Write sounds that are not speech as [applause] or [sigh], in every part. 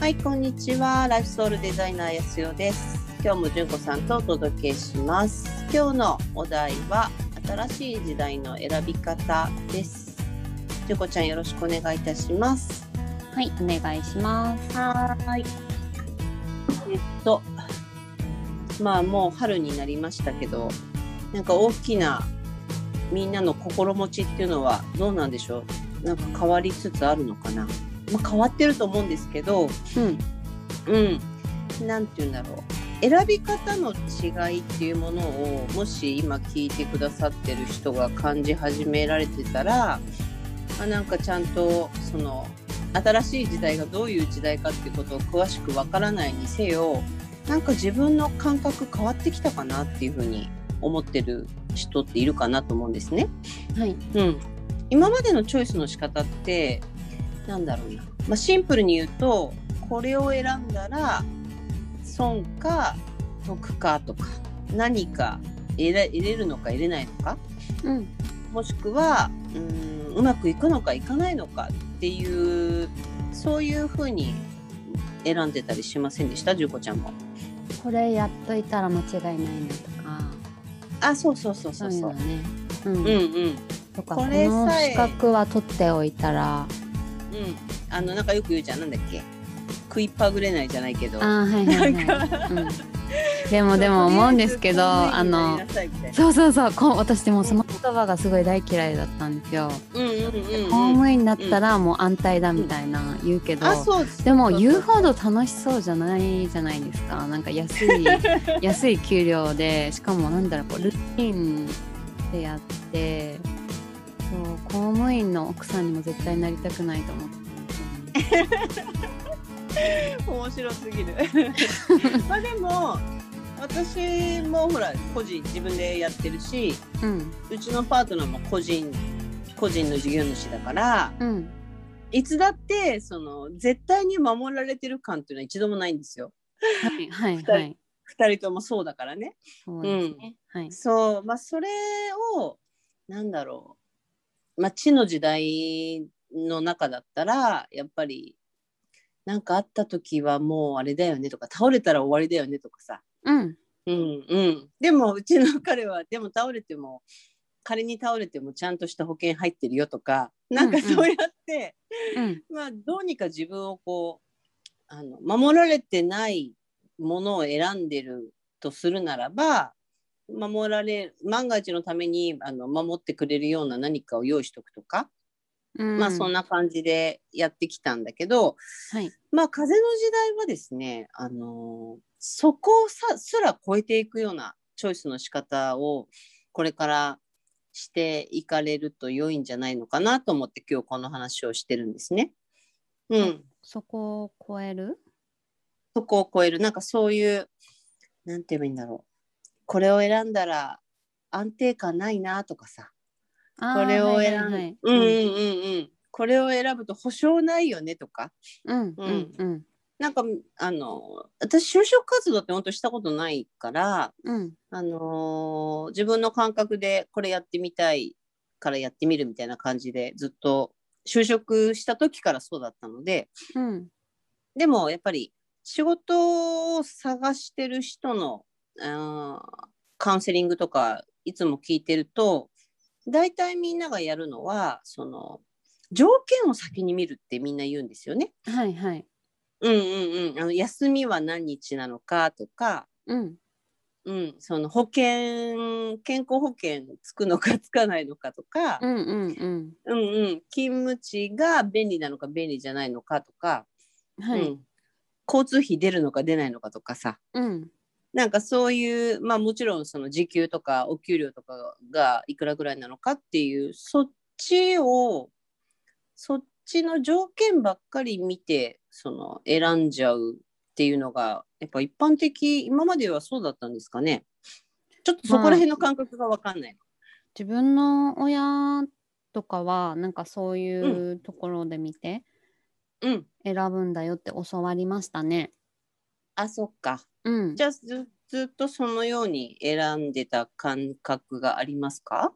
はい、こんにちは。ライフソウルデザイナーやすよです。今日も純子さんとお届けします。今日のお題は新しい時代の選び方です。純子ちゃんよろしくお願いいたします。はい、お願いします。はーい。えっと、まあもう春になりましたけど、なんか大きなみんなの心持ちっていうのはどうなんでしょう。なんか変わりつつあるのかな。まあ変わってると思うんですけど、うん、うん、なんて言うんだろう選び方の違いっていうものをもし今聞いてくださってる人が感じ始められてたらあなんかちゃんとその新しい時代がどういう時代かってことを詳しくわからないにせよなんか自分の感覚変わってきたかなっていうふうに思ってる人っているかなと思うんですね。はい、うん、今までのチョイスの仕方ってなんだろうな、まあ、シンプルに言うとこれを選んだら損か得かとか何か得ら得れるのか得れないのかうん、もしくはうーんうまくいくのかいかないのかっていうそういうふうに選んでたりしませんでした純子ちゃんも。これやっといたら間違いないなとか、あそうそうそうそそうういうそのう。ね。うん、うんうんとかここれのさえ資格は取っておいたら、うん、あのなんかよく言うじゃんなんだっけ食いっぱぐれないじゃないけどあーはいはいなはい。うん、でもでも思うんですけど、あの、そうそうそう、こう私でもその言葉がすごい大嫌いだったんですよ。うんうん公うんうん。務員だったらもう安泰だみたいな言うけど。あ、そうすでもそう言うほど楽しそうじゃないじゃないですかなんか [laughs] 安い安い給料でしかもなんだろうこうルーティンでやってそう公務員の奥さんにも絶対なりたくないと思って面白すぎる。まあでも私もほら個人自分でやってるし、たのにうちのパートナーも個人個人の事業主だから、うんうんいつだってその絶対に守られてる感っていうのは一度もないんですよ。はいはいはい二人ともそうだからね。そうですね、はいそう、まあ、それを、なんだろう、まあ、地の時代の中だったら、やっぱり、なんかあった時はもうあれだよねとか、倒れたら終わりだよねとかさ。うんうんうん。でも、うちの彼は、でも倒れても、仮に倒れてもちゃんとした保険入ってるよとか、なんかうんうんそうやって、うんまあ、どうにか自分をこう、あの、守られてないものを選んでるとするならば、守られ、万が一のために、あの、守ってくれるような何かを用意しとくとか、うんまあ、そんな感じでやってきたんだけど、はいまあ、風の時代はですね、あのーそこをさすら超えていくようなチョイスの仕方を、これからしていかれると良いんじゃないのかなと思って、今日この話をしてるんですね。うん。そこを超えるそこを超える、なんかそういう、なんて言えばいいんだろう。これを選んだら安定感ないなとかさ。あーこれを選はんいはで、いうんうんはいうんうん。これを選ぶと保証ないよねとか。うんうんうんなんかあの私就職活動って本当したことないから、うんあのー自分の感覚でこれやってみたいからやってみるみたいな感じでずっと就職した時からそうだったのでうんでもやっぱり仕事を探してる人のあーカウンセリングとかいつも聞いてると大体みんながやるのはその条件を先に見るってみんな言うんですよね。はいはいうんうんうん、あの休みは何日なのかとか、うんうん、その保険健康保険つくのかつかないのかとか、うんうんうんうん、勤務地が便利なのか便利じゃないのかとか、うんはういん、交通費出るのか出ないのかとかさうんなんかそういう、まあ、もちろんその時給とかお給料とかがいくらぐらいなのかっていうそっちをそっちの条件ばっかり見てその選んじゃうっていうのがやっぱ一般的今まではそうだったんですかねちょっとそこら辺の感覚が分かんない、自分の親とかはなんかそういうところで見てうん選ぶんだよって教わりましたね。あそっかうんじ、ゃあずずっとそのように選んでた感覚がありますか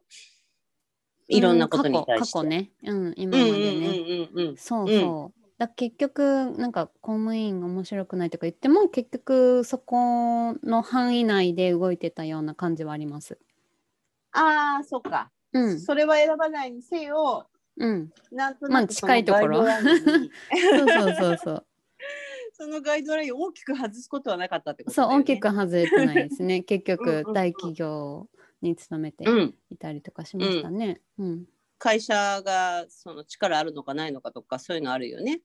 いろんなことに対してうん過去過去ね、うん、今うんまうんでね、うんうんうんそうそう、だ結局なんか公務員が面白くないとか言っても結局そこの範囲内で動いてたような感じはあります。ああ、そうか、うん、それは選ばないにせよ、うん、なんとまなあく近いところそのガイドラインに [laughs] そうそうそうそう。そのガイドラインを大きく外すことはなかったってことだそうよね。大きく外れてないですね。結うんうん局うん大企業に勤めてうん。いたりとかしましたね。うん、会社がその力あるのかないのかとかそういうのあるよね。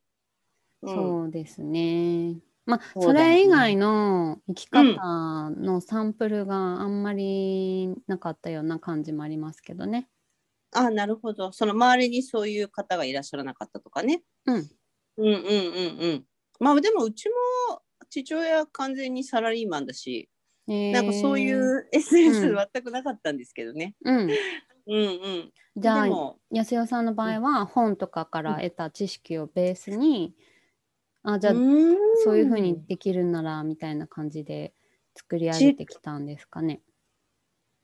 うん、そうですね。まあそ,、そうだよねれ以外の生き方のサンプルがあんまりなかったような感じもありますけどね。あなるほどその周りにそういう方がいらっしゃらなかったとかね。うん、うんうんうんうん。まあでもうちも父親は完全にサラリーマンだし、なんかそういえー。うエッセンスうん全くなかったんですけどね。うん、うんうん。じゃであも安代さんの場合は本とかから得た知識をベースに、あじゃあうーんそういうふうにできるならみたいな感じで作り上げてきたんですかね。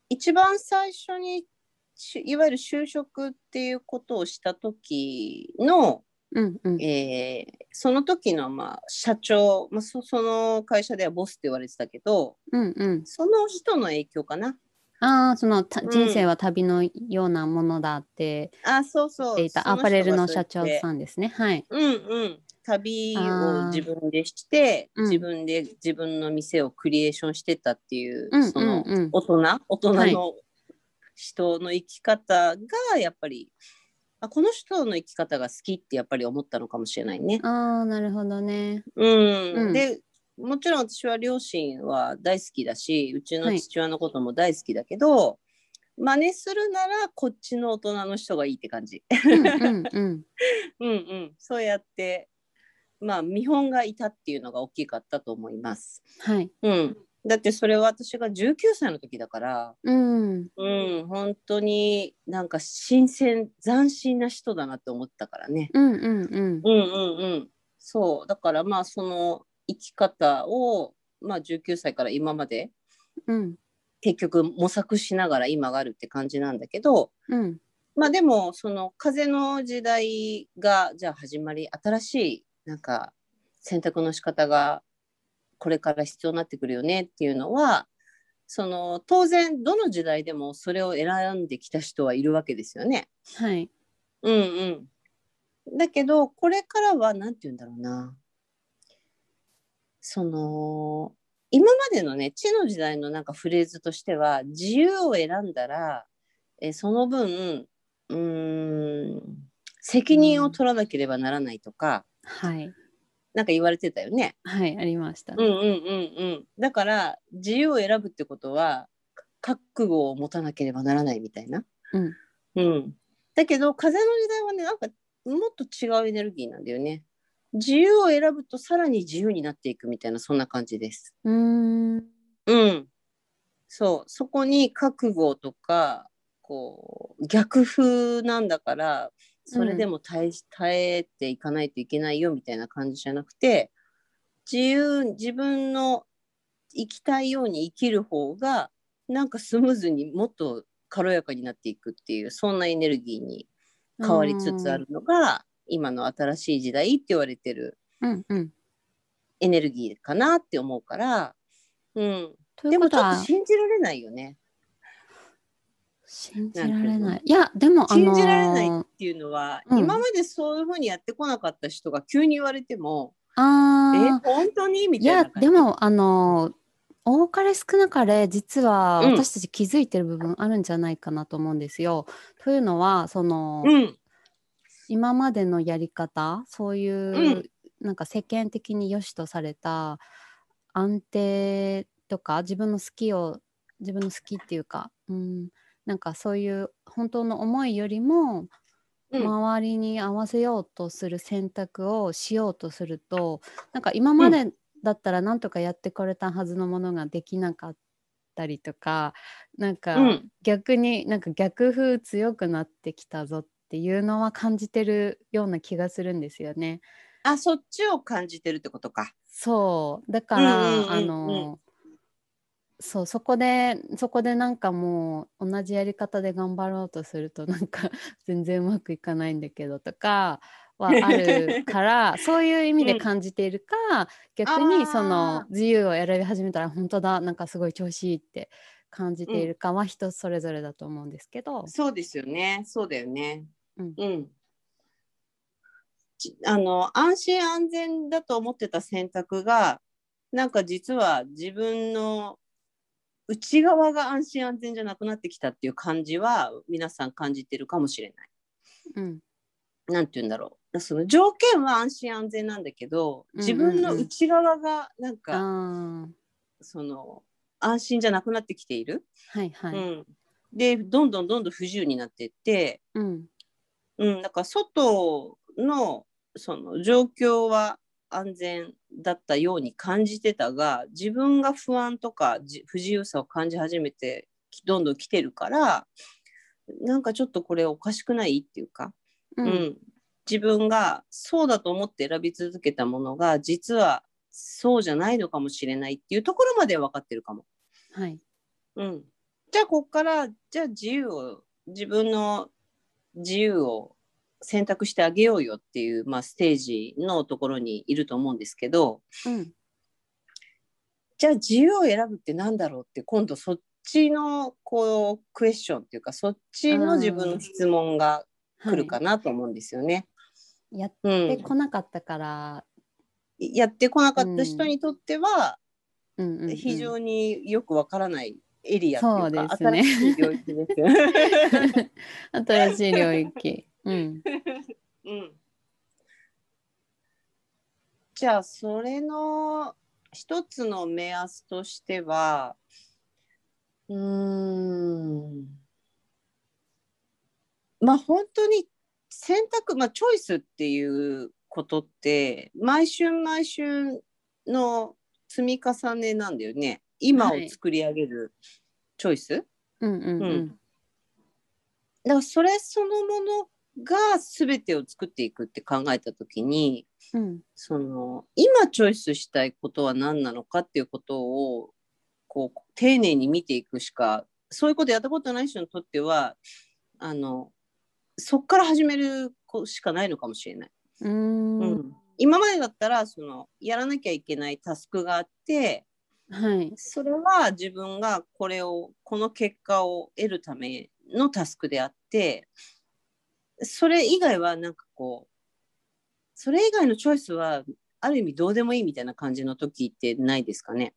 一番最初にしいわゆる就職っていうことをした時の、うんうんえーその時のまあ社長、まあ、そその会社ではボスって言われてたけどうんうん。その人の影響かなああそのたうん人生は旅のようなものだってあそうそう言っていたその人アがパレルの社そう長やってさんですね。はい。うんうん旅をあー自分でして、うん自分で自分の店をクリエーションしてたっていう、うんそのうんうん大人大人はいの人の生き方がやっぱり、あこの人の生き方が好きってやっぱり思ったのかもしれないね。ああなるほどね。うんうんでもちろん私は両親は大好きだしうちの父親のことも大好きだけど、真似するならこっちの大人の人がいいって感じ。 [laughs] うんうんうん。うんうん、そうやって、まあ、見本がいたっていうのが大きかったと思います。 [laughs] はい。うん、だってそれは私が19歳の時だから、うん。うん、本当になんか新鮮斬新な人だなって思ったからね。うんうんうんうんうん、そうだからまあその生き方を、まあ、19歳から今までうんうん結局模索しながら今があるって感じなんだけど、うんまあでもその風の時代がじゃあ始まり新しいなんか選択の仕方がこれから必要になってくるよねっていうのはその当然どの時代でもそれを選んできた人はいるわけですよね。はい。うんうん、だけどこれからは何て言うんだろうなその今までのね地の時代のなんかフレーズとしては自由を選んだらえーその分うーん責任を取らなければならないとか、はい。なんか言われてたよね。はいありましたうん。うんうんうん、だから自由を選ぶってことはか覚悟を持たなければならないみたいな。うんうん、だけど風の時代はねなんかもっと違うエネルギーなんだよね。自由を選ぶとさらに自由になっていくみたいなそんな感じです。うーん。うん、そうそこに覚悟とかこう逆風なんだからそれでも耐え,、耐えていかないといけないよみたいな感じじゃなくて自由自分の生きたいように生きる方がなんかスムーズにもっと軽やかになっていくっていうそんなエネルギーに変わりつつあるのが今の新しい時代って言われてるうんうん。エネルギーかなって思うから、うん、といでうこもちとょっはと信じられないよね。信じられなんなてい。いやでもあの信じられないーっていうのは、うん今までそういうふうにやってこなかった人が急に言われても「えああ。本当に?」みいたいなや感じでもあの多かれ少なかれ実はうん私たち気づいてる部分あるんじゃないかなと思うんですよ。というのはその、うん今までのやり方そういう、んなんか世間的に良しとされた安定とか自分の好きを自分の好きっていうか、うん、なんかそういう本当の思いよりもうん周りに合わせようとする選択をしようとするとなんか今までだったらなんとかやってこれたはずのものができなかったりとかなんうかん逆になんか逆風強くなってきたぞっていうのは感じてるような気がするんですよね。あそっちを感じてるってことか。そうだから、うんうんうんうんあのそうそこでそこでなんかもう [laughs] 同じやり方で頑張ろうとするとなんか全然うまくいかないんだけどとかはあるから [laughs] そういう意味で感じているか、逆あーにその自由を選び始めたら本当だなんかすごい調子いいって感じているかは人それぞれだと思うんですけど、そうですよね。そうだよね。うんちあの安心安全だと思ってた選択がなんか実は自分の内側が安心安全じゃなくなってきたっていう感じは皆さん感じてるかもしれない。うんなんて言うんだろう。その条件は安心安全なんだけど自分の内側がなんか、あーその安心じゃなくなってきている。はいはい、うん、でどんどんどんどん不自由になっていって。うんうん、だから外のその状況は安全だったように感じてたが自分が不安とかじ不自由さを感じ始めてきどんどん来てるからなんかちょっとこれおかしくないっていうか、ううんん、自分がそうだと思って選び続けたものが実はそうじゃないのかもしれないっていうところまでは分かってるかも。はいうん、じゃあこっからじゃあ自由を自分の自由を選択してあげようよっていう、まあ、ステージのところにいると思うんですけどうんじゃあ自由を選ぶってなんだろうって今度そっちのこうクエスチョンっていうかそっちの自分の質問が来るかなと思うんですよね。はい、やっうてん、こなかったから、やってこなかった人にとってはうんうんうん非常によくわからないエリアっていうか、そうで新すねしい領域ですよね。 [laughs] 新しい領域。うん、うんじゃあそれの一つの目安としてはうーんまあ本当に選択まあチョイスっていうことって毎春毎春の積み重ねなんだよね今を作り上げるチョイス、うんうんうんだからそれそのものが全てを作っていくって考えた時にうんその今チョイスしたいことは何なのかっていうことをこう丁寧に見ていくしかそういうことやったことない人にとってはあのそこから始めるこしかないのかもしれない。うーんうん今までだったらそのやらなきゃいけないタスクがあってはいそれは自分がこれをこの結果を得るためのタスクであってそれ以外はなんかこうそれ以外のチョイスはある意味どうでもいいみたいな感じの時ってないですかね。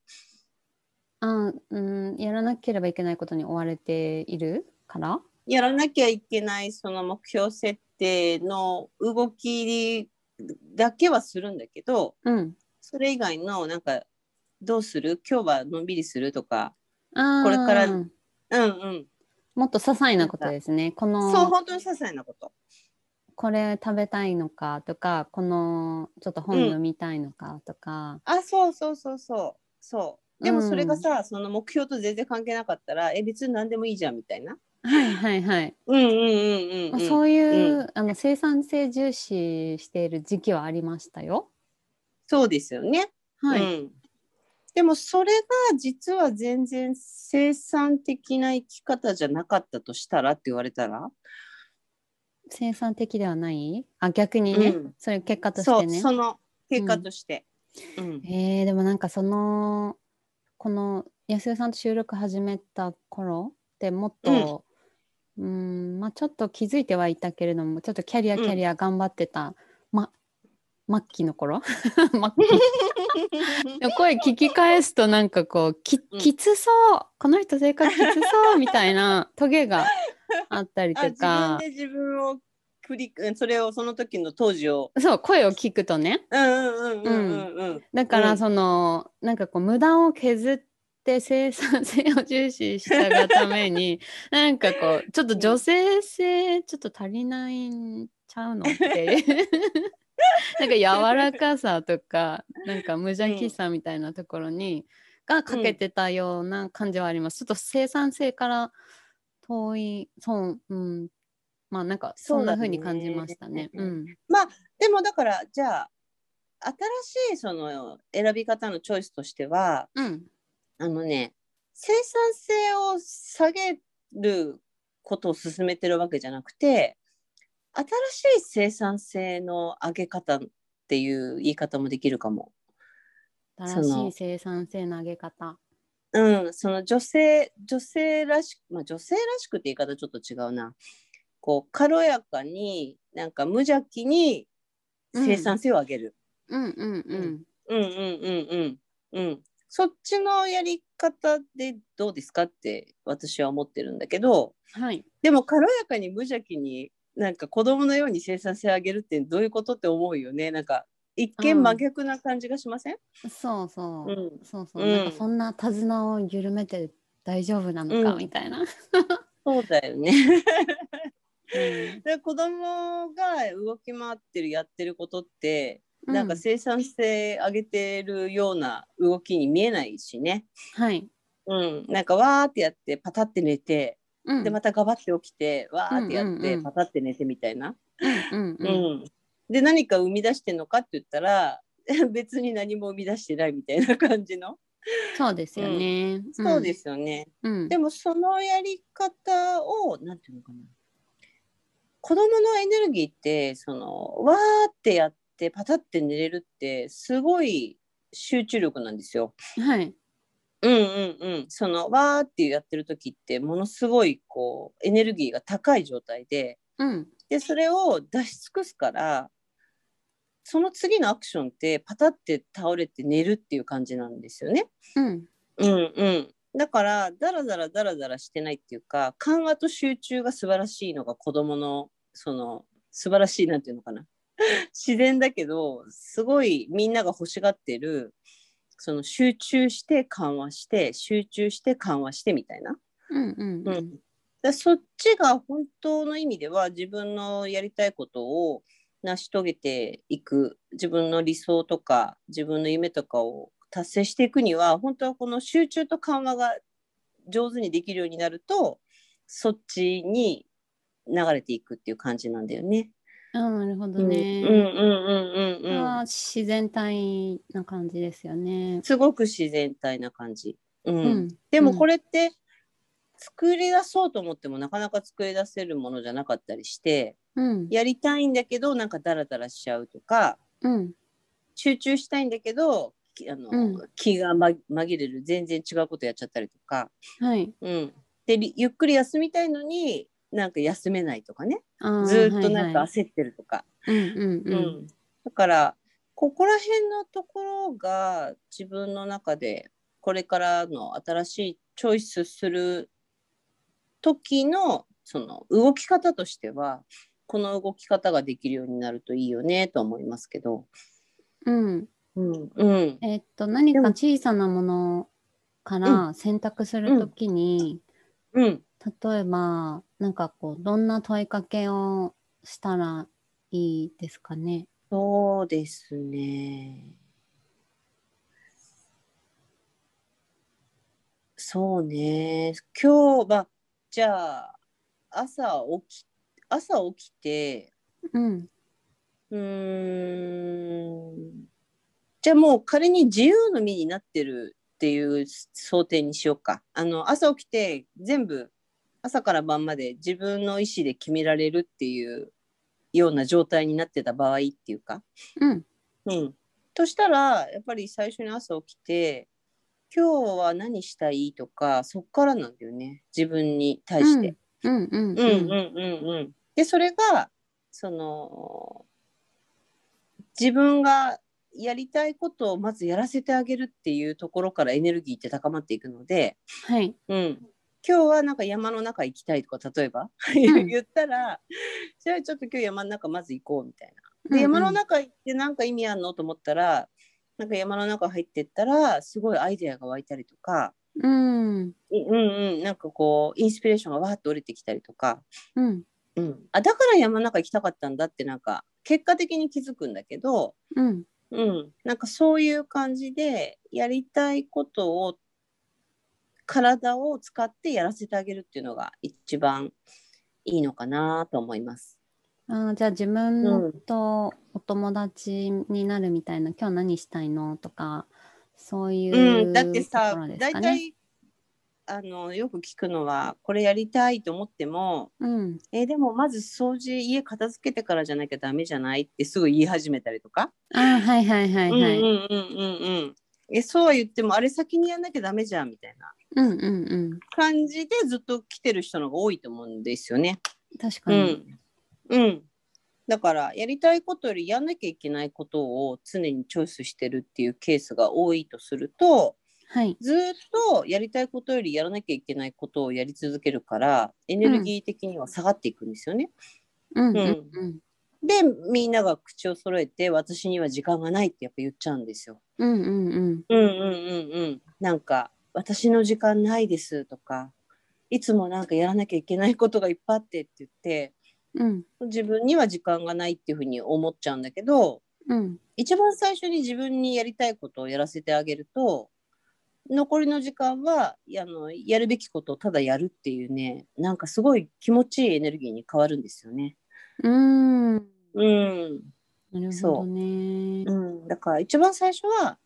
あうんやらなければいけないことに追われているからやらなきゃいけないその目標設定の動きだけはするんだけどうんそれ以外のなんかどうする今日はのんびりするとかあーこれからうんうんもっと些細なことですねこそうの本当に些細なこと。これ食べたいのかとかこのちょっと本読みたいのかとか、あそうそうそうそうそうでもうんそれがさ、その目標と全然関係なかったらえ別に何でもいいじゃんみたいなはいはいはい、うんうんうんうん、まあうん、そういう、うあの生産性重視している時期はありましたよそうですよね、はい、うん、でもそれが実は全然生産的な生き方じゃなかったとしたらって言われたら、生産的ではないあ逆にね、うんそういう結果としそてうねその結果として、うん [laughs] えー、でもなんかそのこの安代さんと収録始めた頃ってもっと、うーん、まあちょっと気づいてはいたけれどもちょっとキャリアうんキャリア頑張ってた、ま末期の頃 [laughs] 末期でも声聞き返すとなんかこうきうんきつそう、この人性格きつそうみたいなトゲがあったり [laughs] あと自分かで自分を振りうんそれをその時の当時をそう声を聞くとねうんうんうんうんうんうんだかうらんその、なんかこう無駄を削って生産性を重視したがため [laughs] になんかこうちょっと女性性ちょっと足りないんちゃうのっていうなんか柔らかさとかなんか無邪気さみたいなところに、が欠けてたような感じはあります、ちょっと生産性から遠いそう、うん、まあなんかそんな風に感じましたね。そうだうねんでもだからじゃあ新しいその選び方のチョイスとしてはうんあのね生産性を下げることを進めてるわけじゃなくて新しい生産性の上げ方っていう言い方もできるかも。その新しい生産性の上げ方。うん、その女性女性らしく、まあ、女性らしくって言い方ちょっと違うなこう軽やかになんか無邪気に生産性を上げる、うんうんうん。うん、うんうんうんうんそっちのやり方でどうですかって私は思ってるんだけどはい。でも軽やかに無邪気になんか子供のように生産性を上げるってどういうことって思うよねなんか一見真逆な感じがしません、そうそうう。んそうそう。うんなんかそんな手綱を緩めて大丈夫なのかうんみたいな。そうだよね。う [laughs] で子供が動き回ってるやってることって、[laughs] んなんか生産性上げてるような動きに見えないしね、はい。うん、なんかわーってやってパタって寝て、うんでまたガバって起きてわーってやって、うんうんうんパタって寝てみたいな。うんうんうん。で何か生み出してんのかって言ったら [laughs] 別に何も生み出してないみたいな感じの、そうですよね。。そうですすよね。うん。でもそのやり方をなんていうのかな子供のエネルギーってそのわーってやってパタって寝れるってすごい集中力なんですよ。はい。うんうんうん、そのわーってやってる時ってものすごいこうエネルギーが高い状態でうん。でそれを出し尽くすからその次のアクションってパタって倒れて寝るっていう感じなんですよね。うん。うんうん。だから、だらだらだらだらしてないっていうか、緩和と集中が素晴らしいのが子供の、その、素晴らしい、なんていうのかな。 [laughs] 自然だけど、すごいみんなが欲しがってる、その集中して緩和して、集中して緩和してみたいな。うんうんううんん。だそっちが本当の意味では自分のやりたいことを成し遂げていく自分の理想とか自分の夢とかを達成していくには本当はこの集中と緩和が上手にできるようになるとそっちに流れていくっていう感じなんだよね。あーなるほどうんうんね。うんうんうんうまん。あ自然体な感じですよね。すごく自然体な感じ。ううんん。でもこれれ、って作り出そうと思ってもなかなか作り出せるものじゃなかったりしてうん。やりたいんだけどなんかダラダラしちゃうとかうん。集中したいんだけどきあの、うん気がま紛れる全然違うことやっちゃったりとか、はい。うん、でりゆっくり休みたいのになんか休めないとかねあーずーっとなんかはい焦ってるとか、はいうんうんうん。うん、だからここら辺のところが自分の中でこれからの新しいチョイスする時のその動き方としてはこの動き方ができるようになるといいよねとは思いますけど。うん。うんうんえっと、何かでも小さなものから選択するときに、うん例えば、なんかこう、どんな問いかけをしたらいいですかね。そうですね。そうね。今日、まあ、じゃあ、朝起き、朝起きて、うん。うーん。じゃあもう仮に自由の身になってるっていう想定にしようか。あの、朝起きて全部、朝から晩まで自分の意思で決められるっていうような状態になってた場合っていうか。うん。うん、としたらやっぱり最初に朝起きて今日は何したいとかそっからなんだよね自分に対して。うんうんうんうんうんうん、でそれがその自分がやりたいことをまずやらせてあげるっていうところからエネルギーって高まっていくので、はい。うん、今日はなんか山の中行きたいとか例えばん [laughs] 言ったら、じゃあちょっと今日山の中まず行こうみたいな。うんうんで山の中行ってなんか意味あんのと思ったらなんか山の中入ってったらすごいアイデアが湧いたりとかうん。いうんうんなんかこうインスピレーションがわーっと降りてきたりとか、うん。うん、あだから山の中行きたかったんだってなんか結果的に気づくんだけど、うん。うん、なんかそういう感じでやりたいことを体を使ってやらせてあげるっていうのが一番いいのかなと思います。あーじゃあ自分のとお友達になるみたいな、今日何したいのとかそういううん、だってとさころ、です大かね。体、あのよく聞くのはこれやりたいと思ってもうんえーでもまず掃除家片付けてからじゃなきゃダメじゃないってすぐ言い始めたりとか、あはいはいはいはい、うんうんうんうんうんえそうは言ってもあれ先にやんなきゃダメじゃんみたいなうんうんうん感じでずっと来てる人の方が多いと思うんですよね。確かうに、ん、うん、だからやりたいことよりやんなきゃいけないことを常にチョイスしてるっていうケースが多いとするとはいずーっとやりたいことよりやらなきゃいけないことをやり続けるからエネルギー的には下がっていくんですよね。うんうんうんでみんなが口を揃えて私には時間がないってやっぱ言っちゃうんですよ。うんうんうんうんうんうんうん、なんか「私の時間ないです」とか「いつもなんかやらなきゃいけないことがいっぱいあって」って言ってうん自分には時間がないっていうふうに思っちゃうんだけどうん一番最初に自分にやりたいことをやらせてあげると残りの時間はいやあのやるべきことをただやるっていうねなんかすごい気持ちいいエネルギーに変わるんですよね。うんうんなるほどねうん、だから一番最初は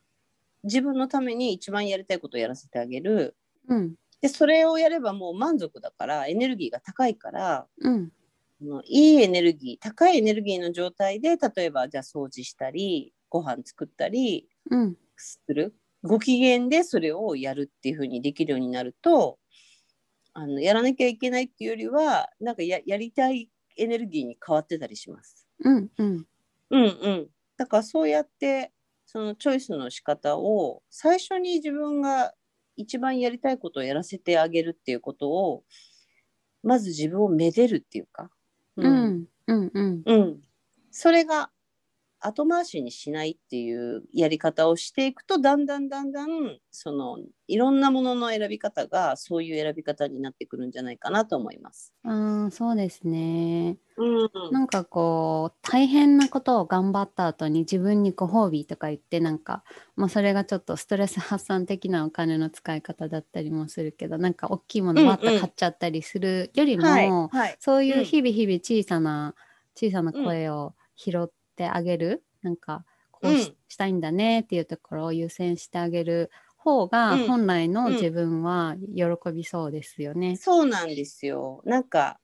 自分のために一番やりたいことをやらせてあげるうんでそれをやればもう満足だからエネルギーが高いからうんあのいいエネルギー高いエネルギーの状態で例えばじゃあ掃除したりご飯作ったりうんするご機嫌でそれをやるっていう風にできるようになるとあのやらなきゃいけないっていうよりはなんかややりたいエネルギーに変わってたりします。うんうんうんうん、だからそうやってそのチョイスの仕方を最初に自分が一番やりたいことをやらせてあげるっていうことをまず自分をめでるっていうか、う、んうんうんうん、それが後回しにしないっていうやり方をしていくとだんだんだんだんそのいろんなものの選び方がそういう選び方になってくるんじゃないかなと思います。ああそうですねうんなんかこう大変なことを頑張った後に自分にご褒美とか言ってなんか、まあ、それがちょっとストレス発散的なお金の使い方だったりもするけどなんか大きいものまたうんうん買っちゃったりするよりも、はいはいそういううん日々日々小さな、小さな声を拾ってあげる、なんかこうし,、うんたいんだねっていうところを優先してあげる方がうん本来のうん自分は喜びそうですよね。そうなんですよ。なんか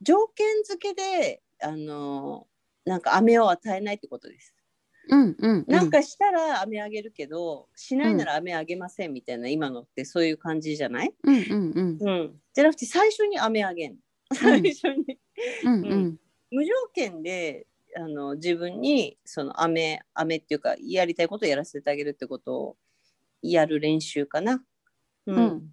条件付けであのなんか飴を与えないってことです。うんうん、うなんかしたら飴あげるけど、しないなら飴あげませんみたいな今のってそういう感じじゃない？うんうんうんうん。じゃなくて最初に飴あげん。最初に、うんうん無条件で。あの自分にその飴飴っていうかやりたいことをやらせてあげるってことをやる練習かな。うん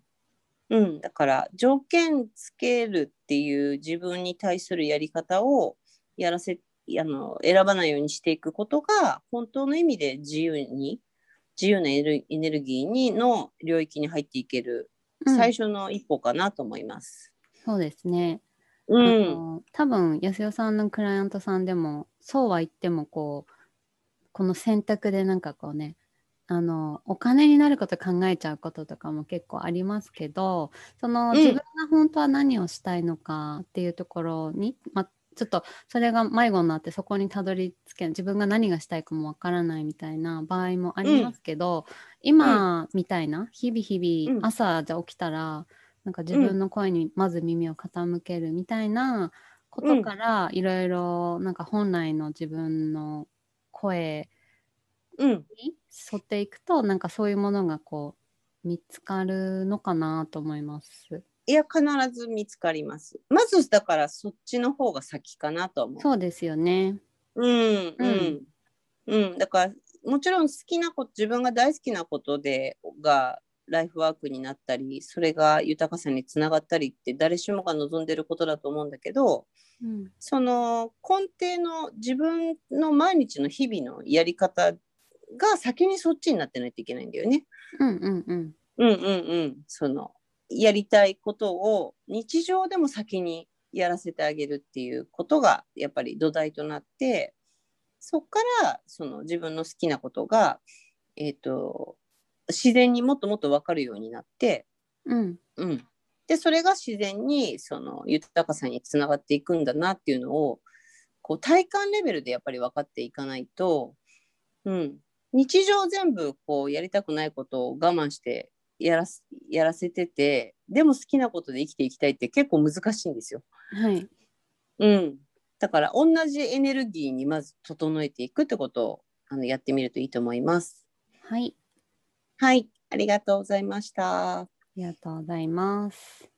うん、だから条件つけるっていう自分に対するやり方をやらせあの選ばないようにしていくことが本当の意味で自由に自由なエネルエネルギーにの領域に入っていけるうん最初の一歩かなと思います。そうですね、うあん、の多分安代さんのクライアントさんでもそうは言ってもこうこの選択でなんかこうねあのお金になること考えちゃうこととかも結構ありますけどそのうん自分が本当は何をしたいのかっていうところに、まあちょっとそれが迷子になってそこにたどり着けない自分が何がしたいかもわからないみたいな場合もありますけど、今みたいな日々日々うん朝じゃ起きたら、なんか自うん分の声にまず耳を傾けるみたいなこうとんからいろいろなんか本来の自分の声うん、に沿っていくとなんかそういうものがこう見つかるのかなと思います。いや必ず見つかります。まずだからそっちの方が先かなとは思う。そうですよね。うんううんんうん、だからもちろん好きなこと自分が大好きなことでがライフワークになったりそれが豊かさにつながったりって誰しもが望んでることだと思うんだけどうんその根底の自分の毎日の日々のやり方が先にそっちになってないといけないんだよね。うんうんうんうんうんうん、そのやりたいことを日常でも先にやらせてあげるっていうことがやっぱり土台となってそこからその自分の好きなことが、えー、と自然にもっともっと分かるようになって、うんうん、でそれが自然にその豊かさにつながっていくんだなっていうのをこう体感レベルでやっぱり分かっていかないと、うん、日常全部こうやりたくないことを我慢してやらすやらせててでも好きなことで生きていきたいって結構難しいんですよ。はい。うん、だから同じエネルギーにまず整えていくってことをあのやってみるといいと思います。はい。はい、ありがとうございました。ありがとうございます。